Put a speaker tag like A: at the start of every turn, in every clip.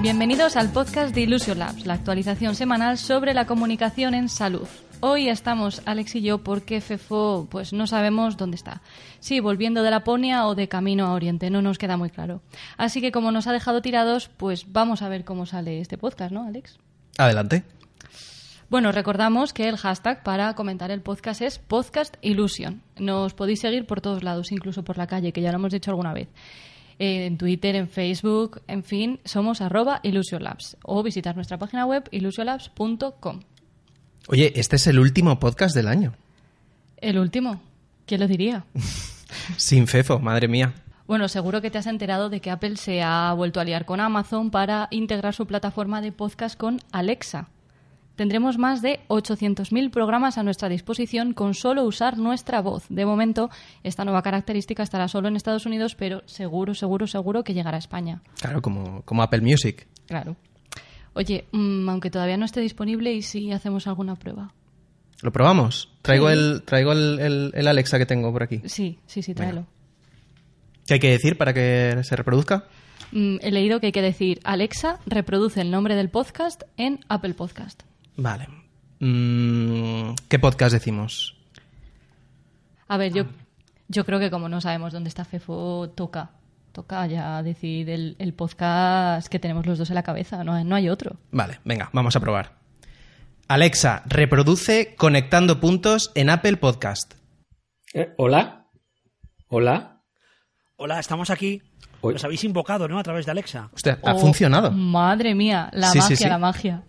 A: Bienvenidos al podcast de Illusion Labs, la actualización semanal sobre la comunicación en salud. Hoy estamos Alex y yo porque Fefo, pues no sabemos dónde está. Sí, volviendo de Laponia o de camino a Oriente, no nos queda muy claro. Así que como nos ha dejado tirados, pues vamos a ver cómo sale este podcast, ¿no, Alex?
B: Adelante.
A: Bueno, recordamos que el hashtag para comentar el podcast es Podcast Illusion. Nos podéis seguir por todos lados, incluso por la calle, que ya lo hemos dicho alguna vez. Eh, En Twitter, en Facebook, en fin, somos arroba illusionlabs o visitar nuestra página web illusionlabs.com.
B: Oye, este es el último podcast del año.
A: El último, ¿quién lo diría?
B: Sin Fefo, madre mía.
A: Bueno, seguro que te has enterado de que Apple se ha vuelto a liar con Amazon para integrar su plataforma de podcast con Alexa. Tendremos más de 800.000 programas a nuestra disposición con solo usar nuestra voz. De momento, esta nueva característica estará solo en Estados Unidos, pero seguro, seguro, seguro que llegará a España.
B: Claro, como, como Apple Music.
A: Claro. Oye, mm, aunque todavía no esté disponible, ¿y si hacemos alguna prueba?
B: ¿Lo probamos? Traigo, el, traigo el, el- el Alexa que tengo por aquí.
A: Sí, sí, sí, tráelo.
B: ¿Qué hay que decir para que se reproduzca?
A: Mm, he leído que hay que decir, Alexa, reproduce el nombre del podcast en Apple Podcast.
B: Vale. Mm, ¿Qué podcast decimos?
A: A ver,
B: Ah.
A: yo, yo creo que como no sabemos dónde está Fefo, toca. Toca ya decir el, el podcast que tenemos los dos en la cabeza, no, hay- no hay otro.
B: Vale, venga, vamos a probar. Alexa, reproduce Conectando Puntos en Apple Podcast.
C: Eh, ¿Hola? ¿Hola?
D: Hola, estamos aquí.
C: Hoy-
D: Nos habéis invocado, ¿no? A través de Alexa.
B: Hostia, ha
A: Oh,
B: funcionado.
A: Madre mía, la
B: Sí, sí,
A: magia,
B: sí.
A: la magia.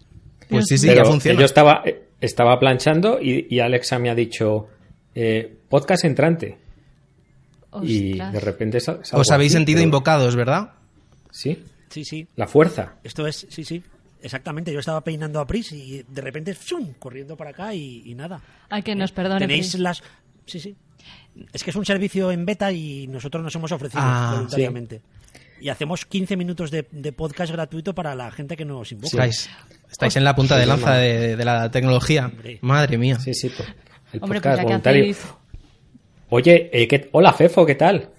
B: Pues sí, sí,
C: Pero
B: ya funciona.
C: Yo estaba, eh, estaba planchando y, y Alexa me ha dicho eh, podcast entrante. Y
A: Ostras.
C: de repente sal- salgo
B: Os habéis
C: aquí,
B: sentido
C: pero-
B: invocados, ¿verdad?
C: Sí,
D: Sí, sí.
C: la fuerza.
D: Esto es, sí, sí. Exactamente. Yo estaba peinando a Pris y de repente, ¡fum! corriendo para acá y, y nada.
A: Ay, que nos perdone.
D: Tenéis
A: Pris.
D: las. Sí, sí. Es que es un servicio en beta y nosotros nos hemos ofrecido
B: Ah,
D: voluntariamente. Y hacemos 15 minutos de, de podcast gratuito para la gente que nos invoca.
B: Estáis, estáis en la punta de lanza de, de la tecnología.
D: Hombre.
B: Madre mía.
C: Sí, sí. po- El
A: Hombre, pues
C: podcast
A: ya que
C: voluntario.
A: hacéis...
C: Oye, eh, ¿qué- hola Fefo, ¿qué tal?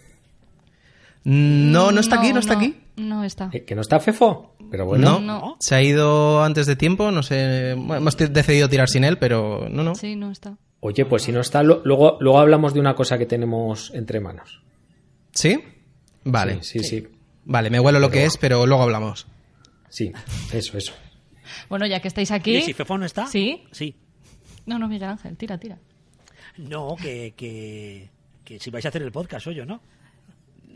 B: No, no está aquí, no está aquí.
A: No está.
C: Eh, ¿Que no está Fefo? Pero bueno,
B: no. se ha ido antes de tiempo, no sé. bueno, Hemos te- decidido tirar sin él, pero no, no.
A: Sí, no está.
C: oye, pues si no está, lo- luego, luego hablamos de una cosa que tenemos entre manos.
B: ¿Sí? Vale.
C: Sí, sí, sí.
B: Vale, me huelo lo que es, pero luego hablamos.
C: Sí, eso, eso.
A: Bueno, ya que estáis
D: Oye,
A: aquí...
D: ¿Si Fefo no está?
A: ¿Sí?
D: Sí.
A: No, no, Miguel Ángel, tira, tira.
D: No, que, que, que si vais a hacer el podcast, soy yo, ¿no?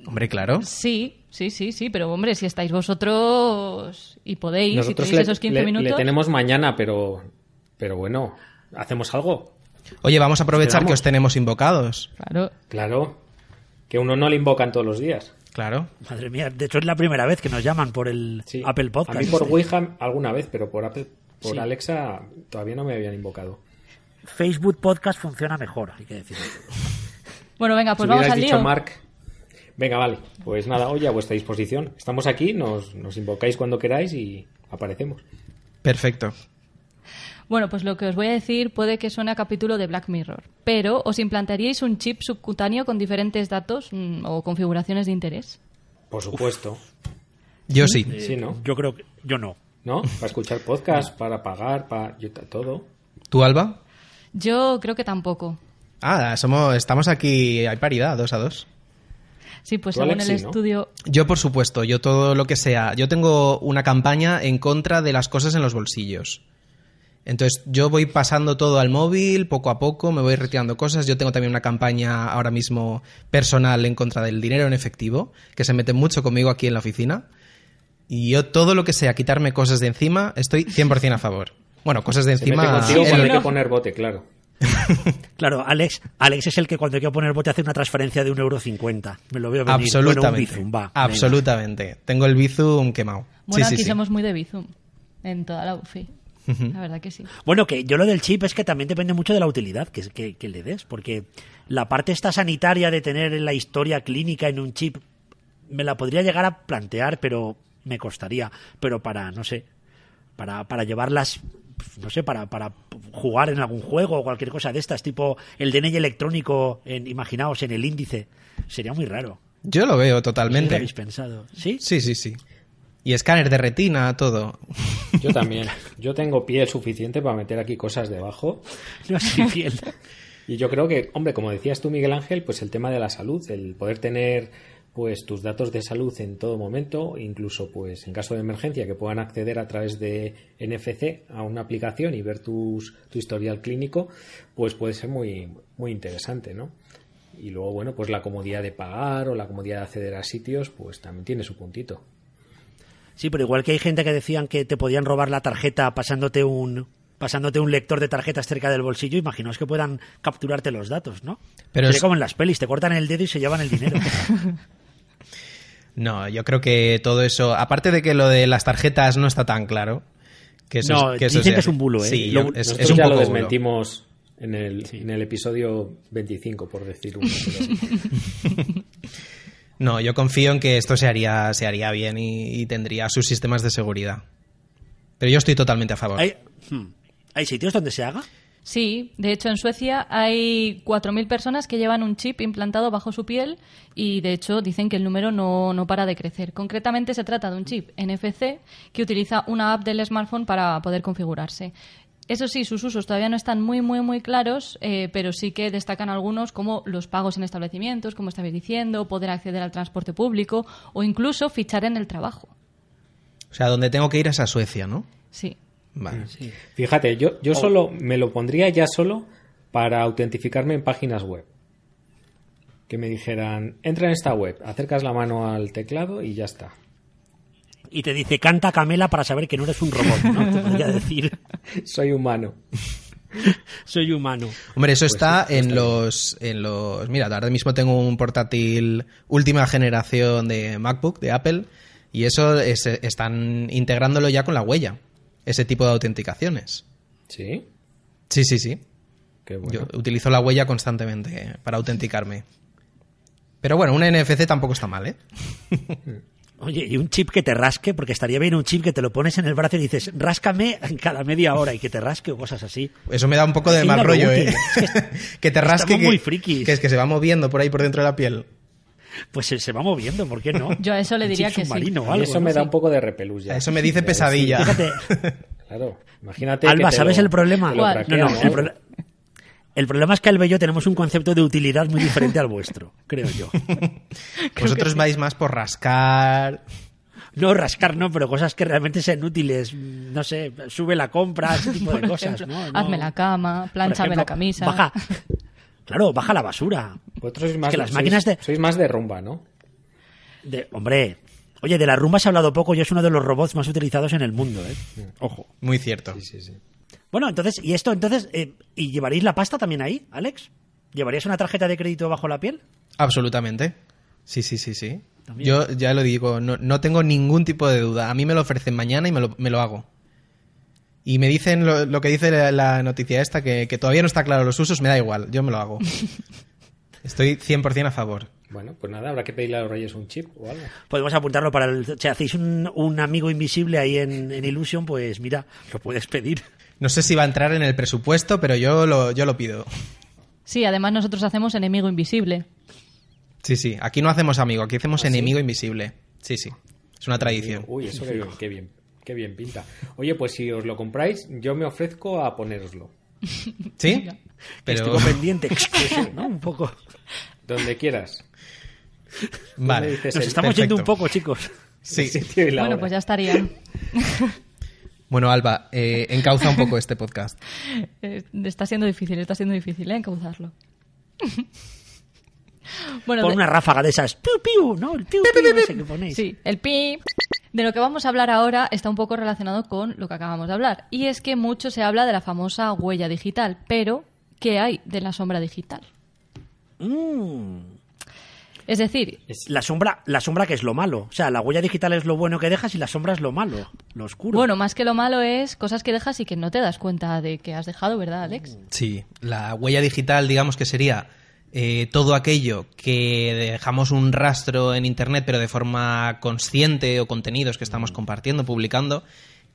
B: Hombre, claro.
A: Sí, sí, sí, sí, pero hombre, si estáis vosotros y podéis,
C: Nosotros
A: y
C: le,
A: tenéis esos 15
C: le- le
A: minutos...
C: tenemos mañana, pero, pero bueno, hacemos algo.
B: Oye, vamos a aprovechar
C: Esperamos.
B: que os tenemos invocados.
A: Claro,
C: Claro, que uno no le invocan todos los días.
B: Claro.
D: Madre mía, de hecho es la primera vez que nos llaman por el
C: Sí.
D: Apple Podcast.
C: A mí por
D: Este.
C: Ouija alguna vez, pero por, Apple- por
D: Sí.
C: Alexa todavía no me habían invocado.
D: Facebook Podcast funciona mejor, hay que decirlo.
A: Bueno, venga,
C: si
A: pues vamos
C: hubieras
A: al
C: dicho
A: lío.
C: Mark. Venga, vale. Pues nada, hoy a vuestra disposición. Estamos aquí, nos, nos invocáis cuando queráis y aparecemos.
B: Perfecto.
A: Bueno, pues lo que os voy a decir puede que suene a capítulo de Black Mirror, pero ¿os implantaríais un chip subcutáneo con diferentes datos mm, o configuraciones de interés?
C: Por supuesto.
B: Yo
A: eh,
B: sí.
C: Sí, ¿no?
D: Yo creo que yo no.
C: ¿No? Para escuchar podcast, para pagar, para yo- todo.
B: ¿Tú, Alba?
A: Yo creo que tampoco.
B: Ah, somos, estamos aquí, hay paridad, dos a dos.
A: Sí, pues
C: Tú,
A: según
C: Alexi,
A: el
C: ¿no?
A: estudio...
B: Yo, por supuesto, yo todo lo que sea. Yo tengo una campaña en contra de las cosas en los bolsillos. Entonces, yo voy pasando todo al móvil, poco a poco, me voy retirando cosas. Yo tengo también una campaña ahora mismo personal en contra del dinero en efectivo, que se mete mucho conmigo aquí en la oficina. Y yo todo lo que sea quitarme cosas de encima, estoy 100% a favor. Bueno, cosas de
C: Se mete
B: encima...
C: contigo
B: en
C: cuando hay
B: el-
C: que poner bote, claro.
D: Claro, Alex, Alex es el que cuando quiero poner bote hace una transferencia de 1,50€. Me lo veo venir.
B: Absolutamente.
D: Bueno, un Bizum, va, venga.
B: absolutamente. Tengo el Bizum quemado.
A: Bueno,
B: sí,
A: aquí
B: sí, sí.
A: somos muy de Bizum. En toda la buffet. La verdad que sí.
D: Bueno, que yo lo del chip es que también depende mucho de la utilidad que, que- que le des, porque la parte esta sanitaria de tener la historia clínica en un chip me la podría llegar a plantear, pero me costaría. Pero para, no sé, para, para llevarlas, no sé, para, para jugar en algún juego o cualquier cosa de estas, tipo el DNI electrónico, en, imaginaos, en el índice, sería muy raro.
B: Yo lo veo
D: No sé si lo
B: totalmente.
D: habéis pensado. ¿Sí?
B: Sí, sí, sí. Y escáner de retina, todo.
C: Yo también. Yo tengo piel suficiente para meter aquí cosas debajo.
D: No soy fiel.
C: Y yo creo que, hombre, como decías tú, Miguel Ángel, pues el tema de la salud, el poder tener pues tus datos de salud en todo momento, incluso pues en caso de emergencia que puedan acceder a través de NFC a una aplicación y ver tus, tu historial clínico, pues puede ser muy, muy interesante, ¿no? Y luego, bueno, pues la comodidad de pagar o la comodidad de acceder a sitios, pues también tiene su puntito.
D: Sí, pero igual que hay gente que decían que te podían robar la tarjeta pasándote un pasándote un lector de tarjetas cerca del bolsillo, imaginaos que puedan capturarte los datos, ¿no?
B: Pero
D: Sería
B: es-
D: como en las pelis, te cortan el dedo y se llevan el dinero.
B: No, yo creo que todo eso, aparte de que lo de las tarjetas no está tan claro. Que eso
D: No,
B: es, que eso
D: dicen
B: sea-
D: que es un bulo, ¿eh?
B: Sí,
D: Lo-
B: yo- es,
C: Nosotros
B: es un
C: ya
B: poco
C: lo
B: bulo.
C: desmentimos en el, en el episodio 25, por decir uno. pero-
B: No, yo confío en que esto se haría, se haría bien y, y tendría sus sistemas de seguridad. Pero yo estoy totalmente a favor.
D: hay, hmm, ¿Hay sitios donde se haga?
A: Sí, de hecho en Suecia hay 4.000 personas que llevan un chip implantado bajo su piel y de hecho dicen que el número no, no para de crecer. Concretamente se trata de un chip NFC que utiliza una app del smartphone para poder configurarse. Eso sí, sus usos todavía no están muy, muy, muy claros, eh, pero sí que destacan algunos como los pagos en establecimientos, como estabais diciendo, poder acceder al transporte público o incluso fichar en el trabajo.
B: O sea, donde tengo que ir es a Suecia, ¿no?
A: Sí.
B: Vale.
C: Fíjate, yo,
D: Oh.
C: yo solo me lo pondría ya solo para autentificarme en páginas web. Que me dijeran, entra en esta web, acercas la mano al teclado y ya está.
D: Y te dice, canta Camela para saber que no eres un robot, ¿no? Te podría decir,
C: Soy humano.
D: soy humano.
B: Hombre, eso está
C: sí,
B: en
C: está
B: los en los mira, ahora mismo tengo un portátil última generación de MacBook de Apple y eso es- están integrándolo ya con la huella, ese tipo de autenticaciones.
C: Sí,
B: Sí, sí, sí.
C: qué bueno.
B: Yo utilizo la huella constantemente para autenticarme. Pero bueno, un NFC tampoco está mal, ¿eh?
D: Oye, y un chip que te rasque, porque estaría bien un chip que te lo pones en el brazo y dices, ráscame cada media hora y que te rasque o cosas así.
B: Eso me da un poco de
D: Sí,
B: mal
D: lo
B: rollo,
D: útil.
B: ¿eh? que te rasque que,
D: muy frikis.
B: que es que se va moviendo por ahí por dentro de la piel.
D: Pues se, se va moviendo, ¿por qué no?
A: Yo a eso le
D: Un
A: diría
D: chip
A: que sí.
D: submarino o
C: Y
D: algo,
C: eso me
D: ¿no?
C: da
D: Sí.
C: un poco de repelús ya.
B: Eso me dice pesadilla.
D: Fíjate,
C: Claro, imagínate.
D: Alba,
C: que te
D: ¿sabes
C: lo-
D: el problema?
C: te lo
A: ¿Cuál?
D: No,
C: craquean ¿eh?
D: no,
C: o
D: el,
C: algo.
D: proble- el problema es que Alba y yo tenemos un concepto de utilidad muy diferente al vuestro, creo yo.
B: Vosotros vais más por rascar.
D: No rascar, no, pero cosas que realmente sean útiles. mm, No sé, sube la compra, ese tipo de
A: Por
D: cosas,
A: ejemplo,
D: ¿no? No.
A: Hazme la cama,
D: Por
A: planchame la
D: ejemplo,
A: camisa.
D: Baja. Claro, baja la basura.
C: Vosotros sois más,
D: que las
C: sois-
D: máquinas de-
C: sois más de rumba, ¿no?
D: De- hombre, oye, de la rumba se ha hablado poco y es uno de los robots más utilizados en el mundo, ¿eh? Ojo.
B: Muy cierto.
C: Sí, sí, sí.
D: Bueno, entonces, ¿y esto entonces? eh, ¿Y llevaréis la pasta también ahí, Alex? ¿Llevarías una tarjeta de crédito bajo la piel?
B: Absolutamente. Sí, sí, sí, sí.
D: También.
B: Yo ya lo digo, no, no tengo ningún tipo de duda. A mí me lo ofrecen mañana y me lo, me lo hago. Y me dicen lo, lo que dice la, la noticia esta, que, que todavía no está claro los usos, me da igual, yo me lo hago. Estoy 100% a favor.
C: Bueno, pues nada, habrá que pedirle a los reyes un chip o algo.
D: Podemos apuntarlo para el. Si hacéis un, un amigo invisible ahí en, en Illusion, pues mira, lo puedes pedir.
B: No sé si va a entrar en el presupuesto, pero yo lo, yo lo pido.
A: Sí, además nosotros hacemos enemigo invisible.
B: Sí, sí. Aquí no hacemos amigo, aquí hacemos enemigo invisible. Sí, sí. Es una tradición.
C: Uy, eso qué bien, qué bien, qué bien pinta. Oye, pues si os lo compráis, yo me ofrezco a ponéroslo.
B: ¿Sí? Pero...
D: Estuvo pendiente, ¿no? Un poco.
C: Donde quieras.
B: Vale.
C: me dices
D: Nos
C: Sí,
D: estamos yendo
B: perfecto.
D: un poco, chicos.
B: Sí.
C: Tío, y la
A: Bueno,
C: hora.
A: pues ya estaría.
B: Bueno, Alba, eh, encauza un poco este podcast.
A: Eh, Está siendo difícil, está siendo difícil, ¿eh? Encauzarlo. bueno,
D: Pon
A: de-
D: una ráfaga de esas. Piu, piu, ¿no? El piu, piu ese que ponéis.
A: sí, el pi. De lo que vamos a hablar ahora está un poco relacionado con lo que acabamos de hablar. Y es que mucho se habla de la famosa huella digital, pero qué hay de la sombra digital.
D: Mm.
A: Es decir,
D: La sombra, la sombra que es lo malo. O sea, la huella digital es lo bueno que dejas y la sombra es lo malo, lo oscuro.
A: bueno, más que lo malo es cosas que dejas y que no te das cuenta de que has dejado, ¿verdad, Alex?
B: Sí, la huella digital, digamos que sería eh, todo aquello que dejamos un rastro en Internet, pero de forma consciente o contenidos que estamos compartiendo, publicando.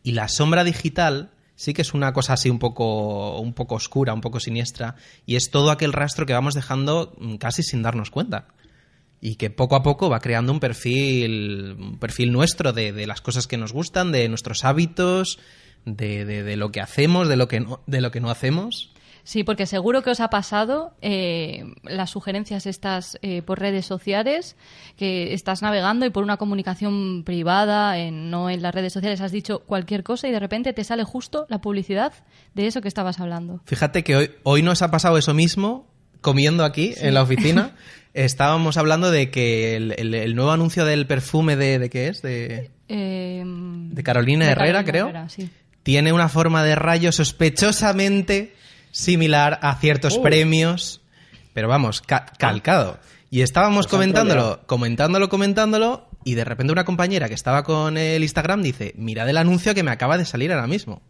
B: Y la sombra digital sí que es una cosa así un poco, un poco oscura, un poco siniestra, y es todo aquel rastro que vamos dejando mm, casi sin darnos cuenta. Y que poco a poco va creando un perfil, un perfil nuestro de, de las cosas que nos gustan, de nuestros hábitos, de, de- de lo que hacemos, de lo que no- de lo que no hacemos.
A: Sí, porque seguro que os ha pasado eh, las sugerencias estas eh, por redes sociales, que estás navegando y por una comunicación privada, en- no en las redes sociales, has dicho cualquier cosa y de repente te sale justo la publicidad de eso que estabas hablando.
B: Fíjate que hoy, hoy nos ha pasado eso mismo comiendo aquí en la oficina. Estábamos hablando de que el, el- el nuevo anuncio del perfume de, de qué es, de,
A: Eh,
B: de Carolina
A: de
B: Herrera,
A: Carolina
B: creo,
A: Herrera, sí.
B: tiene una forma de rayo sospechosamente similar a ciertos premios, pero vamos, ca- calcado. Y estábamos
C: Nos han
B: comentándolo,
C: troleado.
B: comentándolo, comentándolo, y de repente una compañera que estaba con el Instagram dice, mirad el anuncio que me acaba de salir ahora mismo.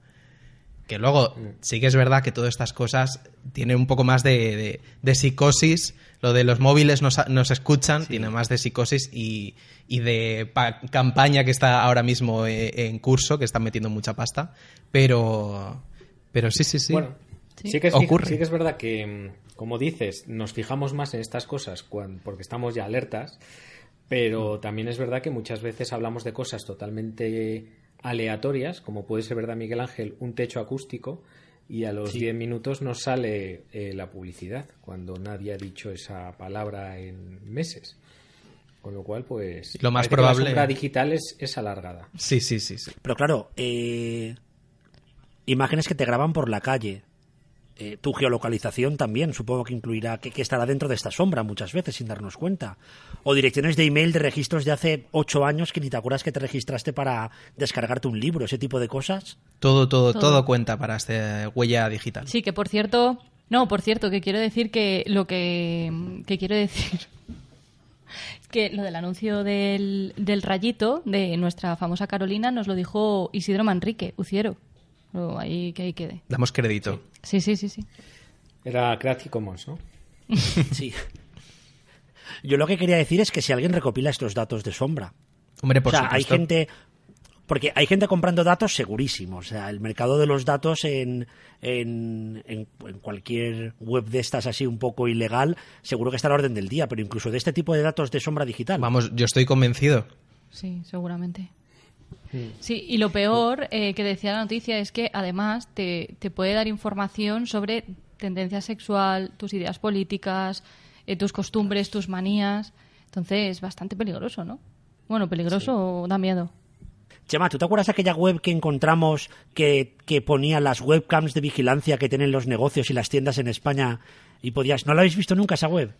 B: Que luego sí que es verdad que todas estas cosas tienen un poco más de, de- de psicosis. Lo de los móviles nos, nos escuchan tiene más de psicosis y, y de pa- campaña que está ahora mismo eh, en curso, que están metiendo mucha pasta. Pero, pero sí, sí, sí.
C: Bueno,
A: Sí.
C: sí, que es, fija-
B: Ocurre.
C: sí que es verdad que, mm, como dices, nos fijamos más en estas cosas cuan- porque estamos ya alertas,
B: Mm.
C: pero también es verdad que muchas veces hablamos de cosas totalmente aleatorias, como puede ser, ¿verdad, Miguel Ángel? Un techo acústico y a los 10 minutos nos sale eh, la publicidad, cuando nadie ha dicho esa palabra en meses. Con lo cual, pues...
B: Lo más
C: parece que
B: probable-
C: La sombra digital es, es alargada.
B: Sí, sí, sí, sí.
D: Pero claro, eh, imágenes que te graban por la calle. Eh, tu geolocalización también, supongo que incluirá, que, que estará dentro de esta sombra muchas veces sin darnos cuenta. O direcciones de email de registros de hace ocho años que ni te acuerdas que te registraste para descargarte un libro, ese tipo de cosas.
B: Todo, todo,
A: Todo.
B: todo, cuenta para esta huella digital.
A: Sí, que por cierto. No, por cierto, que quiero decir que lo que. que quiero decir. Que lo del anuncio del, del rayito de nuestra famosa Carolina nos lo dijo Isidro Manrique, Uciero. Pero ahí que ahí quede.
B: Damos crédito.
A: Sí, sí, sí, sí.
C: Era Creative Commons, ¿no?
D: Sí. Yo lo que quería decir es que si alguien recopila estos datos de sombra,
B: Hombre, Eh, por
D: o sea,
B: supuesto.
D: hay gente. Porque hay gente comprando datos segurísimo. O sea, el mercado de los datos en, en, en- en cualquier web de estas así un poco ilegal, seguro que está a la orden del día. Pero incluso de este tipo de datos de sombra digital.
B: Vamos, yo estoy convencido.
A: Sí, seguramente. Sí, y lo peor eh, que decía la noticia es que además te, te puede dar información sobre tendencia sexual, tus ideas políticas, eh, tus costumbres, tus manías. Entonces, bastante peligroso, ¿no? Bueno, peligroso o da miedo.
D: Chema, ¿tú te acuerdas de aquella web que encontramos que, que ponía las webcams de vigilancia que tienen los negocios y las tiendas en España? Y podías. ¿No la habéis visto nunca esa web?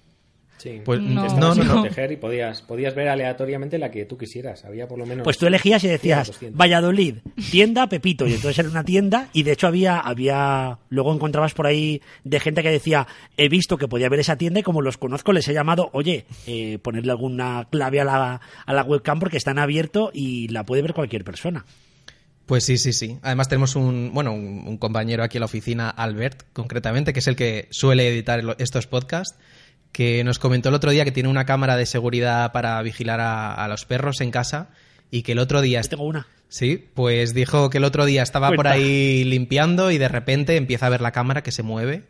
C: Sí.
B: Pues
A: No.
C: Te
B: no,
C: estabas
B: no,
C: sin
B: no.
C: proteger y podías, podías ver aleatoriamente la que tú quisieras. Había por lo menos.
D: Pues tú elegías y decías
C: 200.
D: Valladolid, tienda Pepito, y entonces era una tienda y de hecho había, había, luego encontrabas por ahí de gente que decía, he visto que podía haber esa tienda y como los conozco les he llamado, oye, eh, ponerle alguna clave a la, a la webcam porque están abierto y la puede ver cualquier persona.
B: Pues sí, sí, sí. Además tenemos un, bueno, un, un compañero aquí en la oficina, Albert, concretamente, que es el que suele editar lo- estos podcasts, que nos comentó el otro día que tiene una cámara de seguridad para vigilar a, a los perros en casa y que el otro día...
D: Yo tengo una.
B: Sí, pues dijo que el otro día estaba por
D: Cuenta.
B: ahí limpiando y de repente empieza a ver la cámara que se mueve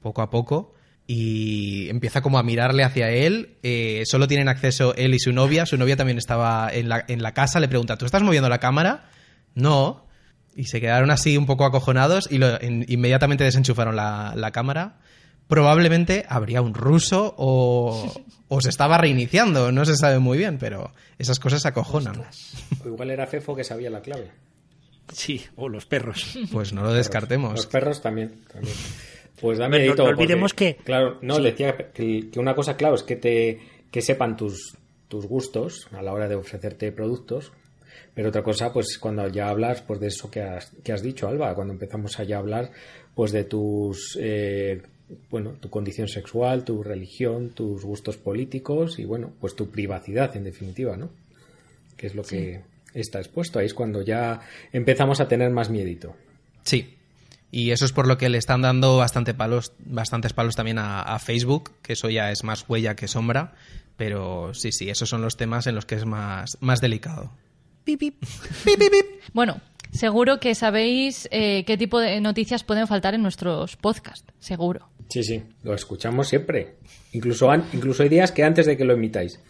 B: poco a poco y empieza como a mirarle hacia él. Eh, solo tienen acceso él y su novia. Su novia también estaba en la, en la casa. Le pregunta, ¿tú estás moviendo la cámara? No. Y se quedaron así un poco acojonados y lo- en- inmediatamente desenchufaron la, la cámara. Probablemente habría un ruso o, o se estaba reiniciando, no se sabe muy bien, pero esas cosas acojonan.
C: O igual era Fefo que sabía la clave.
D: Sí, o los perros.
B: Pues no lo descartemos.
C: Los perros también. también. Pues dame
D: Pero no-
C: todo,
D: no olvidemos
C: porque,
D: que-
C: Claro, no,
D: sí.
C: decía que, que una cosa, claro, es que, te, que sepan tus, tus gustos a la hora de ofrecerte productos. Pero otra cosa, pues cuando ya hablas, pues de eso que has, que has dicho, Alba, cuando empezamos allá a hablar, pues de tus eh, bueno, tu condición sexual, tu religión, tus gustos políticos y bueno, pues tu privacidad en definitiva, ¿no? Que es lo que está expuesto. Ahí es cuando ya empezamos a tener más miedito.
B: Sí. Y eso es por lo que le están dando bastante palos, bastantes palos también a, a Facebook, que eso ya es más huella que sombra. Pero sí, sí, esos son los temas en los que es más, más delicado.
D: Pip, pip.
A: Bueno, seguro que sabéis eh, qué tipo de noticias pueden faltar en nuestros podcasts, seguro.
C: Sí, sí, lo escuchamos siempre. Incluso, an- incluso hay días que antes de que lo emitáis.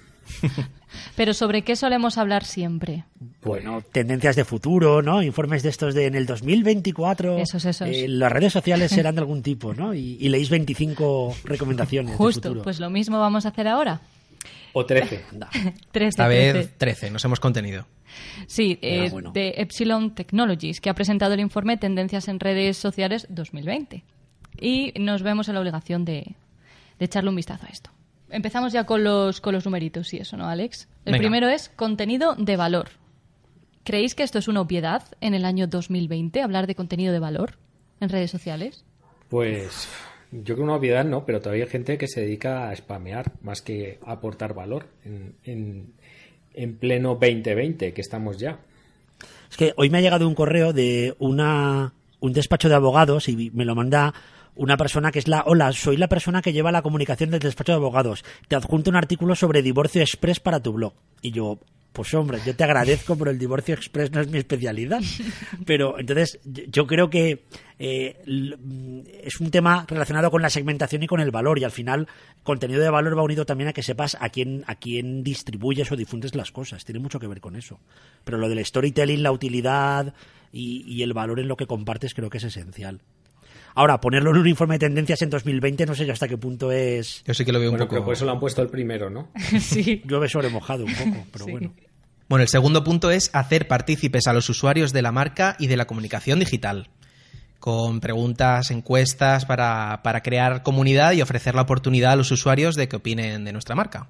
A: Pero ¿sobre qué solemos hablar siempre?
D: Bueno, tendencias de futuro, ¿no? Informes de estos de en el 2024.
A: Esos, esos.
D: eh, las redes sociales serán de algún tipo, ¿no? Y, y leéis 25 recomendaciones de este
A: Justo,
D: futuro.
A: pues lo mismo vamos a hacer ahora.
C: O 13.
D: Anda.
A: Tres de
B: Esta vez
A: trece.
B: 13, nos hemos contenido.
A: Sí,
D: Era
A: eh,
D: bueno.
A: de Epsilon Technologies, que ha presentado el informe Tendencias en Redes Sociales 2020. Y nos vemos en la obligación de, de echarle un vistazo a esto. Empezamos ya con los, con los numeritos y eso, ¿no, Alex? El
B: Venga.
A: primero es contenido de valor. ¿Creéis que esto es una obviedad en el año 2020, hablar de contenido de valor en redes sociales?
C: Pues yo creo que una obviedad no, pero todavía hay gente que se dedica a spamear más que a aportar valor en, en- en pleno 2020 que estamos ya.
D: Es que hoy me ha llegado un correo de una un despacho de abogados y me lo manda una persona que es la hola, soy la persona que lleva la comunicación del despacho de abogados. Te adjunto un artículo sobre divorcio express para tu blog. Y yo, pues hombre, yo te agradezco, pero el divorcio express no es mi especialidad. Pero entonces yo- yo creo que eh, l- mm, es un tema relacionado con la segmentación y con el valor y al final contenido de valor va unido también a que sepas a quién a quién distribuyes o difundes las cosas tiene mucho que ver con eso pero lo del storytelling la utilidad y, y el valor en lo que compartes creo que es esencial ahora ponerlo en un informe de tendencias en 2020 no sé yo hasta qué punto es
B: Yo sí que lo veo
C: Bueno,
B: un
C: pero
B: poco.
C: por eso lo han puesto el primero, ¿no?
A: sí.
D: llueve sobre mojado un poco pero
A: Sí.
D: bueno
B: Bueno, el segundo punto es hacer partícipes a los usuarios de la marca y de la comunicación digital, con preguntas, encuestas para, para crear comunidad y ofrecer la oportunidad a los usuarios de que opinen de nuestra marca.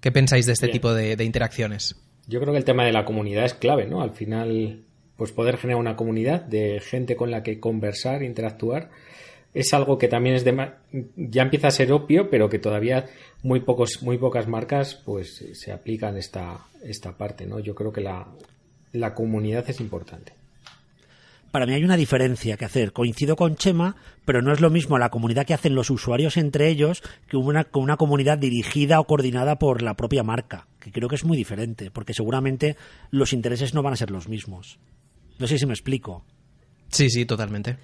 B: ¿Qué pensáis de este
C: Bien.
B: tipo de, de interacciones?
C: Yo creo que el tema de la comunidad es clave, ¿no? Al final, pues poder generar una comunidad de gente con la que conversar, interactuar, es algo que también es de ma- ya empieza a ser obvio, pero que todavía muy pocos, muy pocas marcas, pues se aplican esta esta parte, ¿no? Yo creo que la la comunidad es importante.
D: para mí hay una diferencia que hacer. Coincido con Chema, pero no es lo mismo la comunidad que hacen los usuarios entre ellos que una, con una comunidad dirigida o coordinada por la propia marca, que creo que es muy diferente, porque seguramente los intereses no van a ser los mismos. No sé si me explico.
B: Sí, sí, totalmente.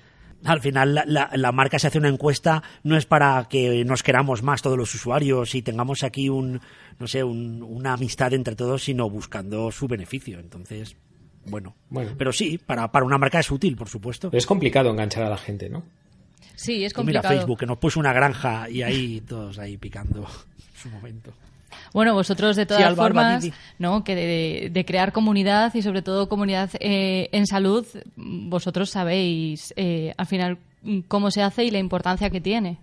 D: Al final la, la- la marca se hace una encuesta, no es para que nos queramos más todos los usuarios y tengamos aquí un, no sé, un- una amistad entre todos, sino buscando su beneficio. Entonces, bueno.
C: Bueno.
D: Pero sí, para, para una marca es útil, por supuesto.
C: Pero es complicado enganchar a la gente, ¿no?
A: Sí, es
D: Tú Pues Mira
A: complicado.
D: Facebook, que nos puso una granja y ahí todos ahí picando en su momento.
A: Bueno, vosotros de todas
D: Álvaro,
A: formas,
D: Badidi.
A: ¿no? que de, de crear comunidad y sobre todo comunidad eh, en salud, mm, vosotros sabéis eh, al final mm, cómo se hace y la importancia que tiene.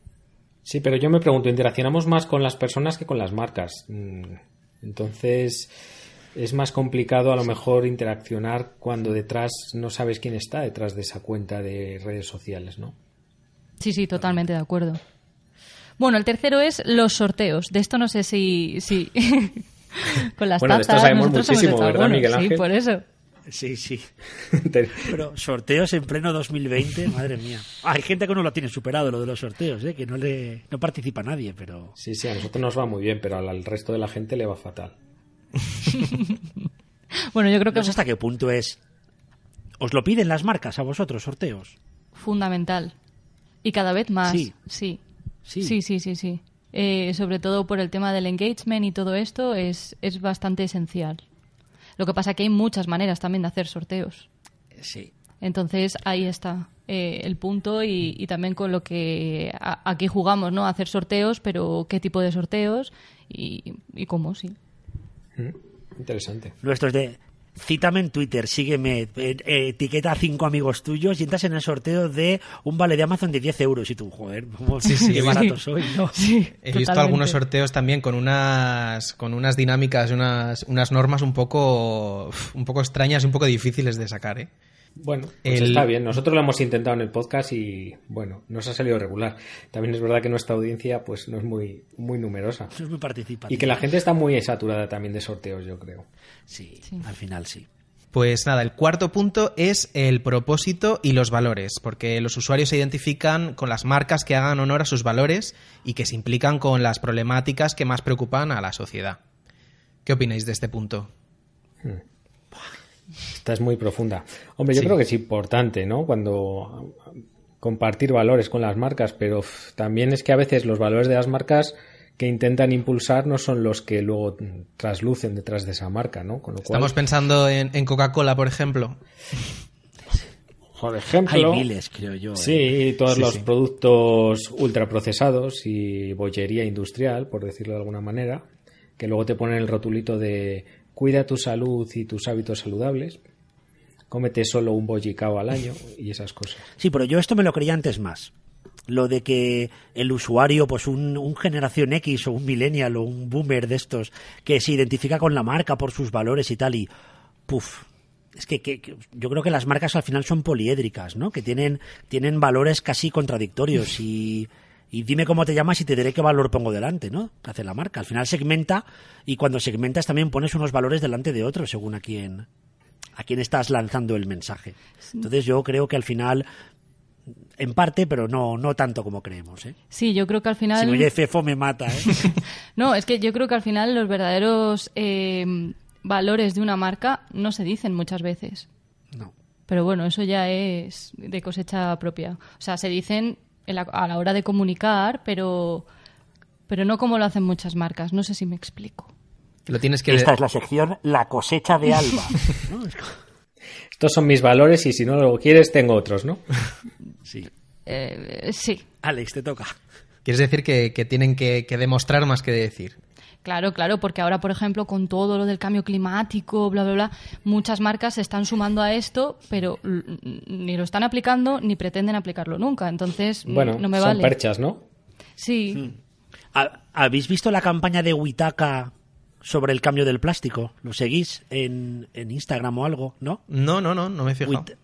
C: Sí, pero yo me pregunto, interaccionamos más con las personas que con las marcas. Mm, Entonces, es más complicado a lo mejor interaccionar cuando detrás no sabes quién está detrás de esa cuenta de redes sociales, ¿no?
A: Sí, sí, totalmente de acuerdo. Bueno, el tercero es los sorteos. De esto no sé si... si con las
C: Bueno, de esto
A: tazas,
C: sabemos
A: nosotros hemos
C: muchísimo,
A: hecho
C: ¿verdad,
A: algunos,
C: Miguel
A: Sí,
C: Ángel?
A: por eso.
D: Sí, sí.
C: Te-
D: Pero sorteos en pleno 2020, madre mía. Hay gente que no lo tiene superado, lo de los sorteos, ¿eh? que no le no participa nadie, pero...
C: Sí, sí, a nosotros nos va muy bien, pero al, al resto de la gente le va fatal.
A: Bueno, yo creo que
D: No sé hasta qué punto es... ¿Os lo piden las marcas a vosotros, sorteos?
A: es fundamental. Y cada vez más.
D: Sí.
A: sí.
D: Sí.
A: Sí, sí, sí, sí. Eh, sobre todo por el tema del engagement y todo esto es, es bastante esencial. Lo que pasa que hay muchas maneras también de hacer sorteos.
D: Sí.
A: Entonces ahí está eh, el punto y, y también con lo que a- aquí jugamos, ¿no? A Hacer sorteos, pero qué tipo de sorteos y, y cómo, sí.
C: Mm, Interesante.
D: Nuestros de... Cítame en Twitter, sígueme, eh, etiqueta a cinco amigos tuyos y entras en el sorteo de un vale de Amazon de 10 euros. Y tú, joder, vamos,
B: Sí, sí,
D: qué
B: sí.
D: barato soy, ¿no?
A: Sí,
B: He visto algunos sorteos también con unas, con unas dinámicas, unas, unas normas un poco, uf, un poco extrañas y un poco difíciles de sacar, ¿eh?
C: Bueno, pues
B: El-
C: está bien. Nosotros lo hemos intentado en el podcast y bueno, nos ha salido regular. También es verdad que nuestra audiencia pues no es muy, muy numerosa.
D: Eso es muy participativo.
C: Y que la gente está muy saturada también de sorteos, yo creo.
D: Sí,
A: Sí.
D: al final sí.
B: Pues nada, el cuarto punto es el propósito y los valores, porque los usuarios se identifican con las marcas que hagan honor a sus valores y que se implican con las problemáticas que más preocupan a la sociedad. ¿Qué opináis de este punto?
C: Esta es muy profunda. Hombre, yo
B: Sí.
C: creo que es importante, ¿no? Cuando compartir valores con las marcas, pero uf, también es que a veces los valores de las marcas que intentan impulsar no son los que luego traslucen detrás de esa marca, ¿no? Con lo cual,
B: Estamos pensando en, en Coca-Cola, por ejemplo.
C: por
D: Hay
C: ejemplo,
D: miles, creo yo. ¿eh?
C: Sí, y todos
B: Sí,
C: los
B: sí.
C: productos ultraprocesados y bollería industrial, por decirlo de alguna manera, que luego te ponen el rotulito de cuida tu salud y tus hábitos saludables, cómete solo un bollicao al año y esas cosas.
D: Sí, pero yo esto me lo creía antes más. Lo de que el usuario, pues un, un generación X o un millennial o un boomer de estos, que se identifica con la marca por sus valores y tal, y puf. Es que, que- que yo creo que las marcas al final son poliédricas, ¿no? Que tienen, tienen valores casi contradictorios y, y dime cómo te llamas y te diré qué valor pongo delante, ¿no? Que hace la marca. Al final segmenta y cuando segmentas también pones unos valores delante de otros según a quién, a quién estás lanzando el mensaje. Entonces yo creo que al final, en parte, pero no, no tanto como creemos. ¿eh?
A: Sí, yo creo que al final...
D: Si me oye Fefo me mata. ¿eh?
A: No, es que yo creo que al final los verdaderos eh, valores de una marca no se dicen muchas veces.
D: No.
A: Pero bueno, eso ya es de cosecha propia. O sea, se dicen en la- a la hora de comunicar, pero, pero no como lo hacen muchas marcas. No sé si me explico.
B: Lo tienes que
D: Esta es la sección La cosecha de Alba. ¿no? Es como-
C: Estos son mis valores y si no lo quieres tengo otros, ¿no?
D: Sí.
A: Eh, sí,
D: Alex, te toca.
B: Quieres decir que, que tienen que, que demostrar más que decir.
A: Claro, claro, porque ahora, por ejemplo, con todo lo del cambio climático, bla, bla, bla, muchas marcas se están sumando a esto, pero mm, ni lo están aplicando ni pretenden aplicarlo nunca. Entonces, mm,
C: Bueno,
A: no me
C: son
A: vale.
C: perchas, ¿no?
A: Sí,
D: ¿Ha- ¿Habéis visto la campaña de Huitaca sobre el cambio del plástico? ¿Lo seguís en, en Instagram o algo? ¿No?
B: No, no, no, no me he fijado.
D: Huit-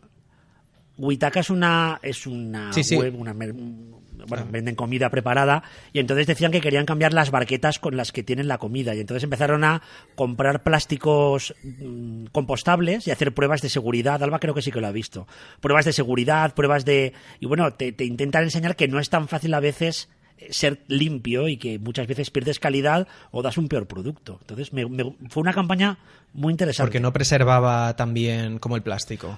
D: Huitaca es una, es una
B: Sí, Ah. sí.
D: web, una mer- bueno, venden comida preparada y entonces decían que querían cambiar las barquetas con las que tienen la comida y entonces empezaron a comprar plásticos mm, compostables y hacer pruebas de seguridad. Alba creo que sí que lo ha visto. Pruebas de seguridad, pruebas de... Y bueno, te, te intentan enseñar que no es tan fácil a veces eh, ser limpio y que muchas veces pierdes calidad o das un peor producto. Entonces me- me- fue una campaña muy interesante.
B: Porque no preservaba también como el plástico,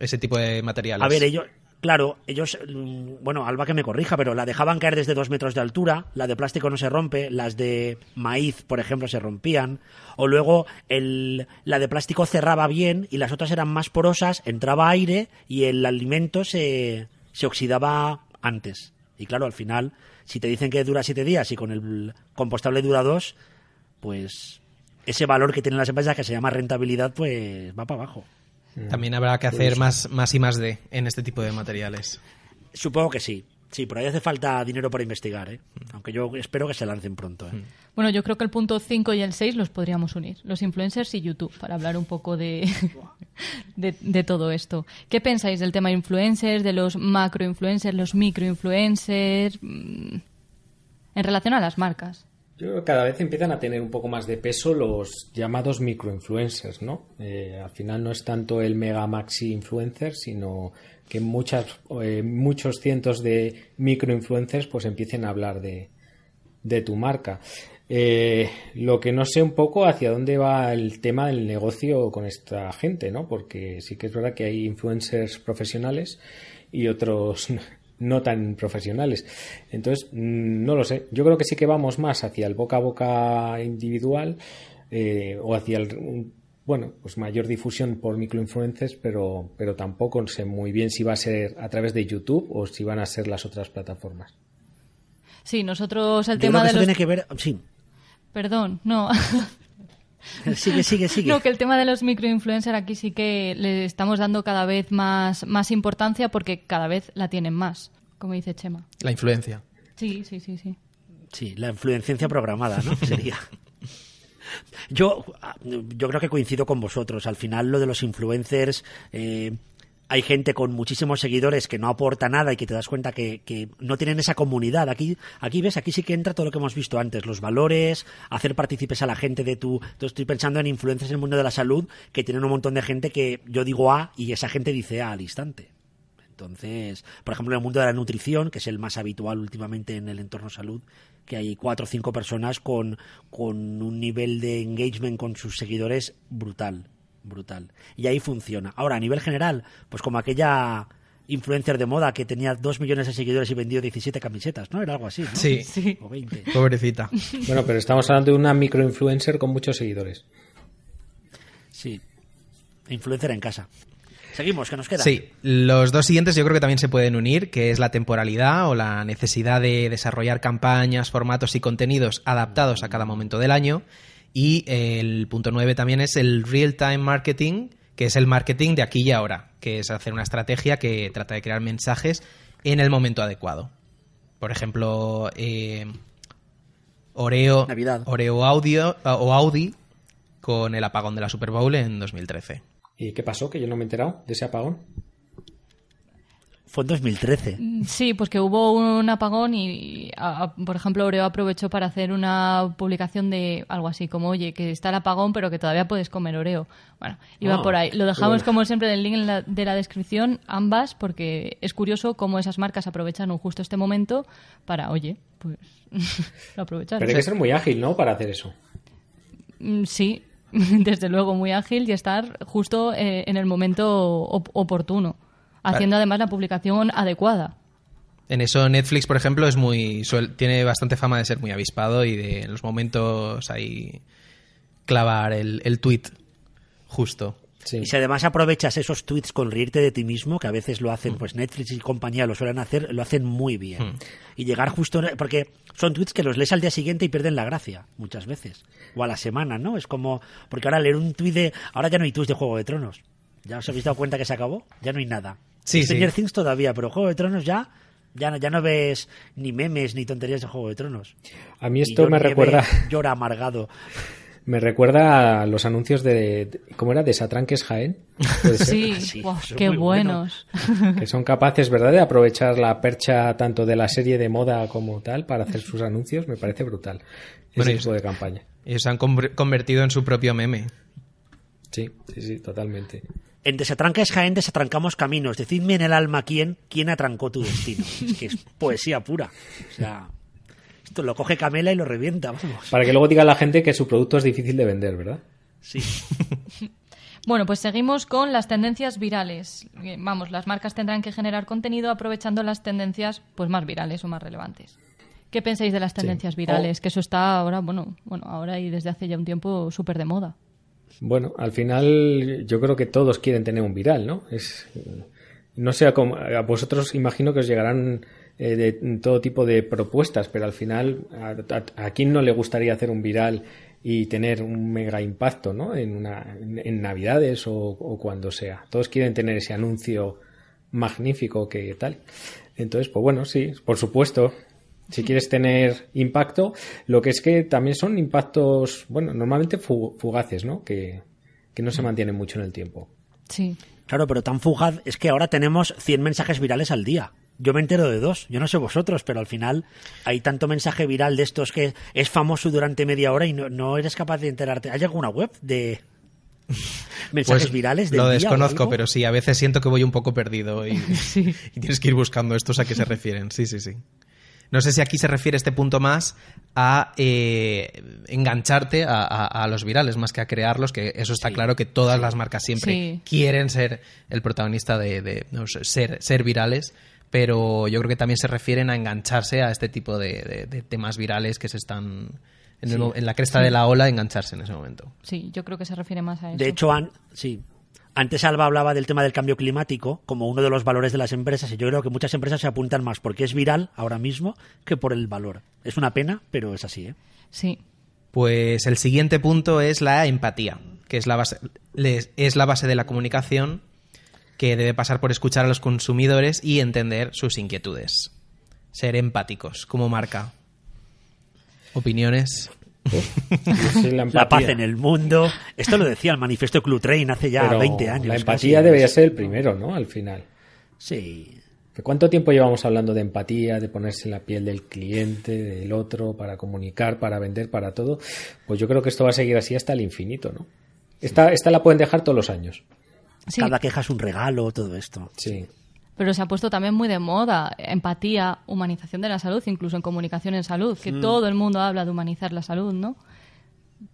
B: ese tipo de materiales.
D: A ver, ellos, claro, ellos, mm, bueno, Alba que me corrija, pero la dejaban caer desde dos metros de altura, la de plástico no se rompe, las de maíz, por ejemplo, se rompían, o luego el, la de plástico cerraba bien y las otras eran más porosas, entraba aire y el alimento se, se oxidaba antes. Y claro, al final, si te dicen que dura siete días y con el compostable dura dos, pues ese valor que tienen las empresas que se llama rentabilidad, pues va para abajo.
B: También habrá que hacer más, más y más de en este tipo de materiales.
D: Supongo que sí. Sí, pero ahí hace falta dinero para investigar, ¿eh? Aunque yo espero que se lancen pronto, ¿eh?
A: Bueno, yo creo que el punto 5 y el 6 los podríamos unir, los influencers y YouTube, para hablar un poco de, de, de todo esto. ¿Qué pensáis del tema influencers, de los macroinfluencers, los microinfluencers, mm, en relación a las marcas?
C: Yo creo que cada vez empiezan a tener un poco más de peso los llamados microinfluencers, ¿no? Eh, al final no es tanto el mega maxi influencer, sino que muchas, eh, muchos cientos de microinfluencers pues empiecen a hablar de, de tu marca. Eh, lo que no sé un poco hacia dónde va el tema del negocio con esta gente, ¿no? Porque sí que es verdad que hay influencers profesionales y otros no tan profesionales. Entonces, mm, no lo sé. Yo creo que sí que vamos más hacia el boca a boca individual eh, o hacia el, un- bueno, pues mayor difusión por microinfluencers, pero, pero tampoco sé muy bien si va a ser a través de YouTube o si van a ser las otras plataformas.
A: Sí, nosotros el
D: Yo creo
A: tema
D: que
A: de
D: esto
A: los...
D: tiene que ver... Sí,
A: Perdón, no.
D: sigue, sigue, sigue.
A: No, que el tema de los microinfluencers aquí sí que le estamos dando cada vez más, más importancia porque cada vez la tienen más, como dice Chema.
B: La influencia.
A: Sí, sí, sí, sí.
D: Sí, la influencia programada, ¿no? Sería. Yo, yo creo que coincido con vosotros. Al final, lo de los influencers, eh, hay gente con muchísimos seguidores que no aporta nada y que te das cuenta que, que no tienen esa comunidad. Aquí, aquí ves, aquí sí que entra todo lo que hemos visto antes, los valores, hacer partícipes a la gente de tu... Entonces estoy pensando en influencias en el mundo de la salud que tienen un montón de gente que yo digo A y esa gente dice A al instante. Entonces, por ejemplo, en el mundo de la nutrición, que es el más habitual últimamente en el entorno salud, que hay cuatro o cinco personas con, con un nivel de engagement con sus seguidores brutal brutal. Y ahí funciona. Ahora, a nivel general, pues como aquella influencer de moda que tenía 2 millones de seguidores y vendió 17 camisetas, ¿no? Era algo así, ¿no?
B: Sí.
A: Sí.
D: O 20.
B: Pobrecita.
C: Bueno, pero estamos hablando de una microinfluencer con muchos seguidores.
D: Sí. Influencer en casa. Seguimos, que nos queda.
B: Sí, los dos siguientes yo creo que también se pueden unir, que es la temporalidad o la necesidad de desarrollar campañas, formatos y contenidos adaptados a cada momento del año. Y eh, el punto nueve también es el real-time marketing, que es el marketing de aquí y ahora, que es hacer una estrategia que trata de crear mensajes en el momento adecuado. Por ejemplo, eh, Oreo,
D: Navidad.
B: Oreo Audio, o Audi con el apagón de la Super Bowl en 2013.
C: ¿Y qué pasó? Que yo no me he enterado de ese apagón.
D: Fue en 2013.
A: Sí, pues que hubo un apagón y, a- a- por ejemplo, Oreo aprovechó para hacer una publicación de algo así como, oye, que está el apagón, pero que todavía puedes comer Oreo. Bueno, iba
C: Ah,
A: por ahí. Lo
C: qué
A: dejamos,
C: bueno.
A: como siempre, en el link en la- de la descripción, ambas, porque es curioso cómo esas marcas aprovechan un justo este momento para, oye, pues lo aprovechan.
C: Pero hay que ser muy ágil, ¿no? Para hacer eso.
A: Mm, Sí, desde luego, muy ágil y estar justo eh, en el momento op- oportuno, haciendo además la publicación adecuada.
B: En eso Netflix, por ejemplo, es muy suel- tiene bastante fama de ser muy avispado y de en los momentos ahí clavar el, el tweet justo.
C: Sí.
D: Y si además aprovechas esos tweets con reírte de ti mismo, que a veces lo
C: Mm.
D: hacen, pues Netflix y compañía lo suelen hacer, lo hacen muy bien. Y llegar justo, en- porque son tweets que los lees al día siguiente y pierden la gracia, muchas veces. O a la semana, ¿no? Es como, porque ahora leer un tweet de, ahora ya no hay tweets de Juego de Tronos. ¿Ya os habéis dado cuenta que se acabó? Ya no hay nada.
B: Sí,
D: Stranger
B: sí.
D: Things todavía, pero Juego de Tronos ya, ya no, ya no ves ni memes ni tonterías de Juego de Tronos.
C: A mí
D: Y
C: esto
D: Jon
C: me
D: Nieve
C: recuerda,
D: Llora amargado.
C: me recuerda a los anuncios de, de- ¿cómo era? De Satranques Jaén. Puede ser.
A: Sí,
D: Sí,
A: guau,
D: son
A: qué
D: muy buenos.
A: buenos.
C: Que son capaces, ¿verdad?, de aprovechar la percha tanto de la serie de moda como tal para hacer sus anuncios. Me parece brutal. Ese
B: Bueno, y-
C: tipo de campaña.
B: Ellos se han conver- convertido en su propio meme.
C: Sí, sí, sí, totalmente.
D: En Desatranca es Jaén, desatrancamos caminos. Decidme en el alma quién, quién atrancó tu destino. Es que es poesía pura. O sea, esto lo coge Camela y lo revienta, vamos.
C: Para que luego diga la gente que su producto es difícil de vender, ¿verdad?
D: Sí.
A: Bueno, pues seguimos con las tendencias virales. Eh, Vamos, las marcas tendrán que generar contenido aprovechando las tendencias pues más virales o más relevantes. ¿Qué pensáis de las tendencias virales? Que eso está ahora, bueno, bueno, ahora y desde hace ya un tiempo súper de moda.
C: Bueno, al final yo creo que todos quieren tener un viral, ¿no? Es, no sé, a, cómo- a vosotros imagino que os llegarán eh, de todo tipo de propuestas, pero al final a, a- a quién no le gustaría hacer un viral y tener un mega impacto, ¿no? En, una, en, en Navidades o, o cuando sea. Todos quieren tener ese anuncio magnífico que tal. Entonces, pues bueno, sí, por supuesto. Si quieres tener impacto, lo que es que también son impactos, bueno, normalmente fu- fugaces, ¿no? Que, que no se mantienen mucho en el tiempo.
A: Sí.
D: Claro, pero tan fugaz es que ahora tenemos 100 mensajes virales al día. Yo me entero de dos. Yo no sé vosotros, pero al final hay tanto mensaje viral de estos que es famoso durante media hora y no, no eres capaz de enterarte. ¿Hay alguna web de mensajes
B: Pues
D: virales? del
B: lo
D: día o
B: desconozco,
D: algo?
B: pero sí, a veces siento que voy un poco perdido y, y tienes que ir buscando estos a qué se refieren. Sí, sí, sí. No sé si aquí se refiere este punto más a eh, engancharte a, a- a los virales más que a crearlos, que eso está claro que todas las marcas siempre
A: Sí.
B: quieren ser el protagonista de, de, no sé, ser, ser virales, pero yo creo que también se refieren a engancharse a este tipo de, de- de temas virales que se están en, el mo- en la cresta de la ola, engancharse en ese momento.
A: Sí, yo creo que se refiere más a eso.
D: De hecho, an- sí. Antes Alba hablaba del tema del cambio climático como uno de los valores de las empresas y yo creo que muchas empresas se apuntan más porque es viral ahora mismo que por el valor. Es una pena, pero es así. ¿eh?
A: Sí.
B: Pues el siguiente punto es la empatía, que es la base, les- es la base de la comunicación que debe pasar por escuchar a los consumidores y entender sus inquietudes. Ser empáticos como marca. ¿Opiniones?
C: Es la,
D: La paz
C: empatía.
D: en el mundo. Esto lo decía el manifiesto Club Train hace ya
C: Pero
D: 20 años.
C: La
D: casi.
C: empatía debería ser el primero, ¿no? Al final.
D: Sí.
C: ¿Que ¿Cuánto tiempo llevamos hablando de empatía, de ponerse en la piel del cliente, del otro, para comunicar, para vender, para todo? Pues yo creo que esto va a seguir así hasta el infinito, ¿no? Esta, esta la pueden dejar todos los años.
A: Sí,
D: Cada queja es un regalo, todo esto.
C: Sí.
A: pero se ha puesto también muy de moda empatía, humanización de la salud, incluso en comunicación en salud,
D: Mm.
A: que todo el mundo habla de humanizar la salud, ¿no?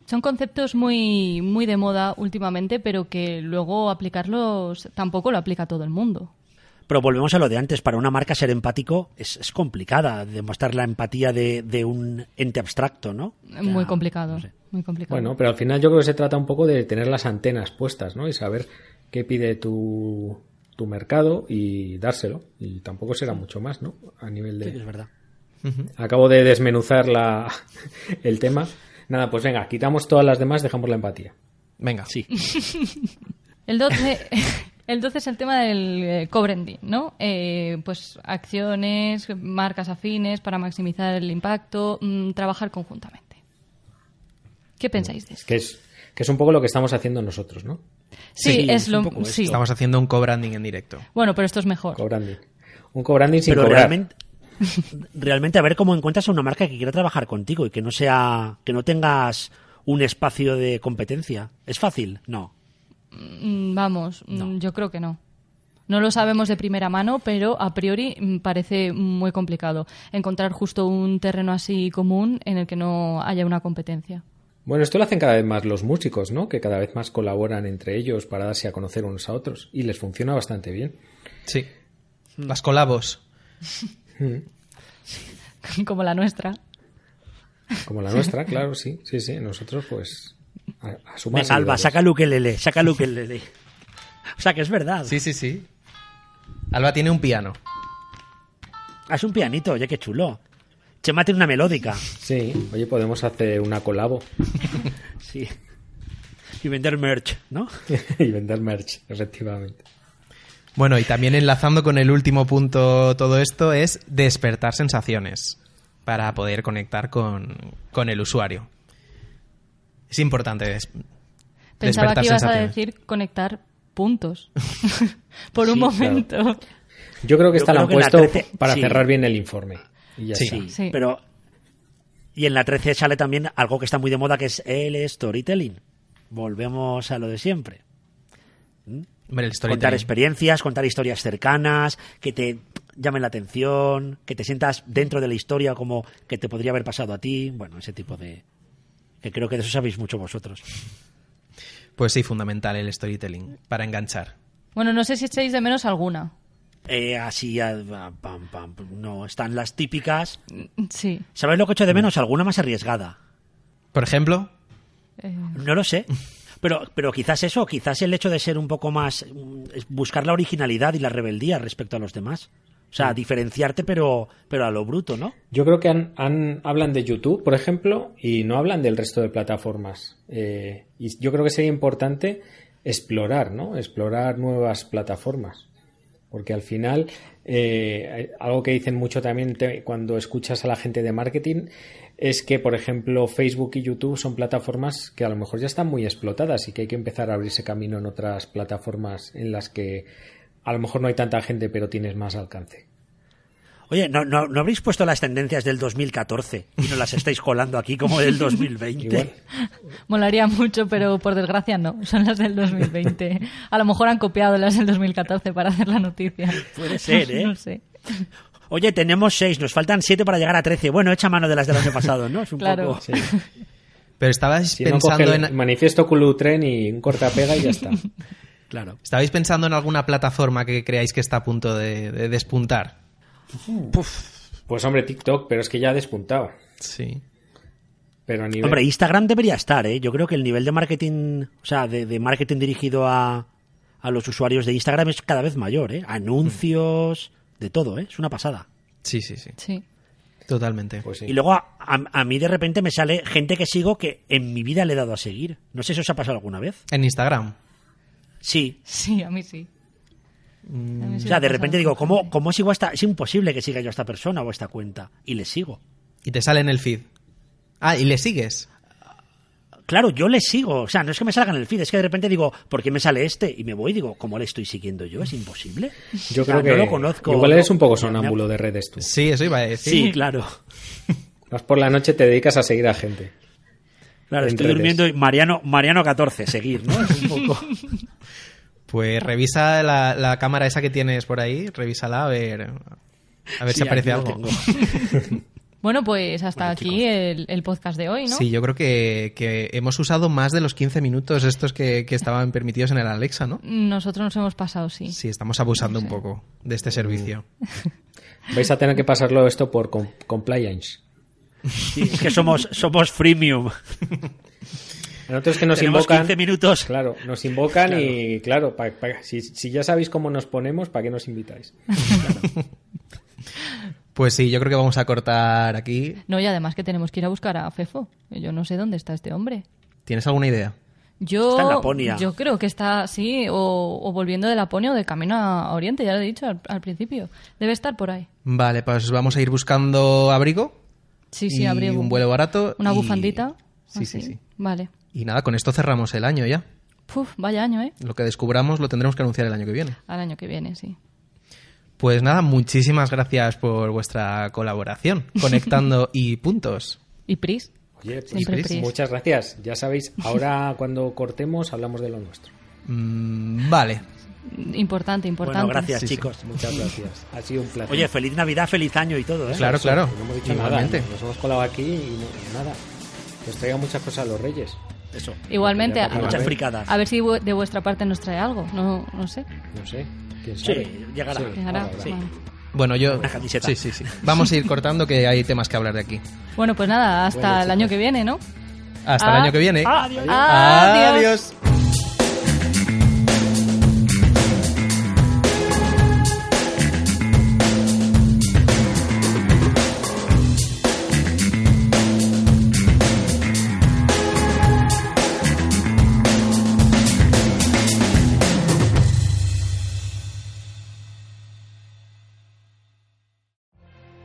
A: Son conceptos muy, muy de moda últimamente, pero que luego aplicarlos tampoco lo aplica todo el mundo.
D: Pero volvemos a lo de antes. Para una marca ser empático es, es complicada demostrar la empatía de, de un ente abstracto, ¿no?
A: muy
D: Ya,
A: complicado,
D: no sé.
A: muy complicado.
C: Bueno, pero al final yo creo que se trata un poco de tener las antenas puestas, ¿no? Y saber qué pide tu, tu mercado y dárselo. Y tampoco será mucho más, ¿no? A nivel
D: Sí,
C: de...
D: es verdad.
C: Acabo de desmenuzar la, el tema. Nada, pues venga, quitamos todas las demás, dejamos la empatía.
B: Venga.
D: Sí.
A: El 12, el 12 es el tema del eh, co-branding, ¿no? Eh, pues acciones, marcas afines para maximizar el impacto, mm, trabajar conjuntamente. ¿Qué pensáis de esto?
C: Que es, que es un poco lo que estamos haciendo nosotros, ¿no?
A: Sí,
D: sí,
A: es
D: es un
A: lo
D: poco esto.
A: sí.
B: Estamos haciendo un co-branding en directo.
A: Bueno, pero esto es mejor.
C: Cobranding. Un cobranding sin
D: Pero
C: cobrar.
D: realmente, realmente a ver cómo encuentras a una marca que quiera trabajar contigo y que no sea, que no tengas un espacio de competencia. ¿Es fácil? No.
A: Mm, Vamos, mm,
D: No.
A: yo creo que no. No lo sabemos de primera mano, pero a priori mm, parece muy complicado encontrar justo un terreno así común en el que no haya una competencia.
C: Bueno, esto lo hacen cada vez más los músicos, ¿no? Que cada vez más colaboran entre ellos para darse a conocer unos a otros. Y les funciona bastante bien.
B: Sí. Las colabos.
A: Como la nuestra.
C: Como la nuestra, claro, sí. Sí, sí. Nosotros, pues. a- a sumar
D: Venga, Alba,
C: seguidores.
D: saca Luquelele, saca Luquelele. O sea que es verdad.
B: Sí, sí, sí. Alba tiene un piano.
D: Haz un pianito, oye, qué chulo. Chema tiene una melódica.
C: Sí. Oye, podemos hacer una colabo
D: Sí. Y vender merch, ¿no?
C: y vender merch, efectivamente.
B: Bueno, y también enlazando con el último punto todo esto es despertar sensaciones para poder conectar con, con el usuario. Es importante des-
A: Pensaba
B: despertar
A: que ibas a
B: sensaciones.
A: decir conectar puntos. Por un
C: Sí,
A: momento.
C: Yo creo que
D: Yo
C: esta la
D: creo
C: han
D: que en la
C: puesto
D: trece-
C: para
D: sí.
C: cerrar bien el informe. Y ya
B: Sí.
C: está.
D: Sí,
A: Sí.
D: pero... Y en la 13 sale también algo que está muy de moda, que es el storytelling. Volvemos a lo de siempre.
B: Hombre, el
D: Contar
B: storytelling.
D: experiencias, contar historias cercanas, que te llamen la atención, que te sientas dentro de la historia como que te podría haber pasado a ti. Bueno, ese tipo de... Que creo que de eso sabéis mucho vosotros.
B: Pues sí, fundamental el storytelling para enganchar.
A: Bueno, no sé si echáis de menos alguna.
D: Eh, así, ah, pam, pam, no, están las típicas.
A: Mm, Sí.
D: ¿Sabéis lo que echo de menos? Alguna más arriesgada.
B: Por ejemplo,
A: Eh,
D: No lo sé. Pero, pero quizás eso, quizás el hecho de ser un poco más. mm, es buscar la originalidad y la rebeldía respecto a los demás. O sea, diferenciarte, pero, pero a lo bruto, ¿no?
C: Yo creo que han, han- hablan de YouTube, por ejemplo, y no hablan del resto de plataformas. Eh, y yo creo que sería importante explorar, ¿no? Explorar nuevas plataformas. Porque al final, eh, algo que dicen mucho también te- cuando escuchas a la gente de marketing es que, por ejemplo, Facebook y YouTube son plataformas que a lo mejor ya están muy explotadas y que hay que empezar a abrirse camino en otras plataformas en las que a lo mejor no hay tanta gente, pero tienes más alcance.
D: Oye, ¿no, no, no habréis puesto las tendencias del 2014 y no las estáis colando aquí como del 2020?
C: Igual.
A: molaría mucho, pero por desgracia no. Son las del 2020. A lo mejor han copiado las del 2014 para hacer la noticia.
D: Puede ser, ¿eh?
A: No sé.
D: Oye, tenemos seis, nos faltan siete para llegar a 13. Bueno, echa mano de las del año pasado, ¿no? Es un
A: Claro.
D: poco.
C: Sí.
B: pero estabais
C: Si no, coge
B: pensando
C: el
B: en
C: manifiesto Culutren y un cortapega y ya está.
D: Claro.
B: estabais pensando en alguna plataforma que creáis que está a punto de, de despuntar.
C: Pues hombre, TikTok, pero es que ya ha despuntado.
B: Sí.
C: Pero a nivel...
D: Hombre, Instagram debería estar, ¿eh? Yo creo que el nivel de marketing, o sea, de, de marketing dirigido a, a los usuarios de Instagram es cada vez mayor, ¿eh? Anuncios, de todo, ¿eh? Es una pasada.
B: Sí, sí, sí.
A: Sí.
B: Totalmente.
C: pues sí.
D: Y luego a, a- a mí de repente me sale gente que sigo que en mi vida le he dado a seguir. No sé si os ha pasado alguna vez.
B: En Instagram.
D: Sí.
A: Sí, a mí sí. A mí sí
D: O sea,
A: me
D: Mm, de
A: pasa
D: repente digo, ¿cómo,
A: bastante.
D: ¿cómo sigo a esta? Es imposible que siga yo a esta persona o a esta cuenta. Y le sigo.
B: Y te sale en el feed. Ah, y le sigues.
D: Claro, yo le sigo. O sea, no es que me salgan el feed, es que de repente digo, ¿por qué me sale este? Y me voy y digo, ¿cómo le estoy siguiendo yo? ¿Es imposible?
C: Yo
D: O sea,
C: creo que
D: no lo conozco.
C: igual eres un poco
D: Me- me-
C: sonámbulo de redes tú.
B: Sí, eso iba a decir.
D: Sí, claro.
C: Vas por la noche, te dedicas a seguir a gente.
D: Claro,
C: En
D: estoy
C: redes.
D: durmiendo y Mariano, Mariano 14, seguir, ¿no? Es un poco.
B: Pues revisa la, la cámara esa que tienes por ahí, revísala a ver, a ver
D: Sí,
B: si aparece
D: aquí lo
B: algo.
D: tengo.
A: Bueno, pues hasta aquí el, el podcast de hoy, ¿no?
B: Sí, yo creo que, que hemos usado más de los 15 minutos estos que, que estaban permitidos en el Alexa, ¿no?
A: Nosotros nos hemos pasado, sí.
B: Sí, estamos abusando un poco de este servicio.
D: Mm.
C: Vais a tener que pasarlo esto por com- compliance.
D: Sí, es que somos, somos freemium.
C: A nosotros que nos
D: Tenemos
C: invocan.
D: 15 minutos.
C: Claro, nos invocan y claro, pa- pa- si, si ya sabéis cómo nos ponemos, ¿para qué nos invitáis?
B: Pues sí, yo creo que vamos a cortar aquí.
A: No, y además que tenemos que ir a buscar a Fefo. Yo no sé dónde está este hombre.
B: ¿Tienes alguna idea?
A: Yo,
D: Está en Laponia.
A: Yo creo que está, sí, o, o volviendo de Laponia o de camino a Oriente, ya lo he dicho al, al principio. Debe estar por ahí.
B: Vale, pues vamos a ir buscando abrigo
A: Sí, sí,
B: Y
A: habría
B: un vuelo barato
A: Una
B: y-
A: bufandita.
B: Sí, sí,
A: así.
B: sí.
A: Vale.
B: y nada, con esto cerramos el año ya.
A: Puf, vaya año, ¿eh?
B: Lo que descubramos lo tendremos que anunciar el año que viene.
A: Al año que viene, sí.
B: Pues nada, muchísimas gracias por vuestra colaboración, conectando y puntos.
A: Y Pris.
C: Oye, pues
A: Siempre
B: Pris.
A: Pris.
C: muchas gracias. Ya sabéis, ahora cuando cortemos hablamos de lo nuestro.
B: Mm, vale,
A: Importante, importante.
D: Bueno, gracias,
B: Sí, sí.
D: chicos.
C: Muchas gracias. Ha sido un placer.
D: Oye, feliz Navidad, feliz año y todo, ¿eh?
B: claro,
C: Eso,
B: claro.
C: No hemos dicho
B: Igualmente.
C: nada. Nos hemos colado aquí y no- nada. Que os traiga muchas cosas a los reyes.
D: Eso.
A: Igualmente, a,
C: Muchas
D: Muchas
C: ver.
D: fricadas.
A: a ver si vu- de vuestra parte nos trae algo. No, no sé.
C: No sé. ¿Quién
D: Sí,
C: sabe?
D: llegará.
A: Llegará.
C: ahora, ahora.
D: Sí.
A: Vale.
B: Bueno, yo.
D: Una camiseta.
B: Sí, sí, sí. Vamos a ir cortando que hay temas que hablar de aquí.
A: Bueno, pues nada, hasta
C: Bueno,
A: el año
C: chicos.
A: que viene, ¿no?
B: Hasta
A: Ah,
B: el año que viene.
D: Adiós.
A: Adiós.
B: Adiós.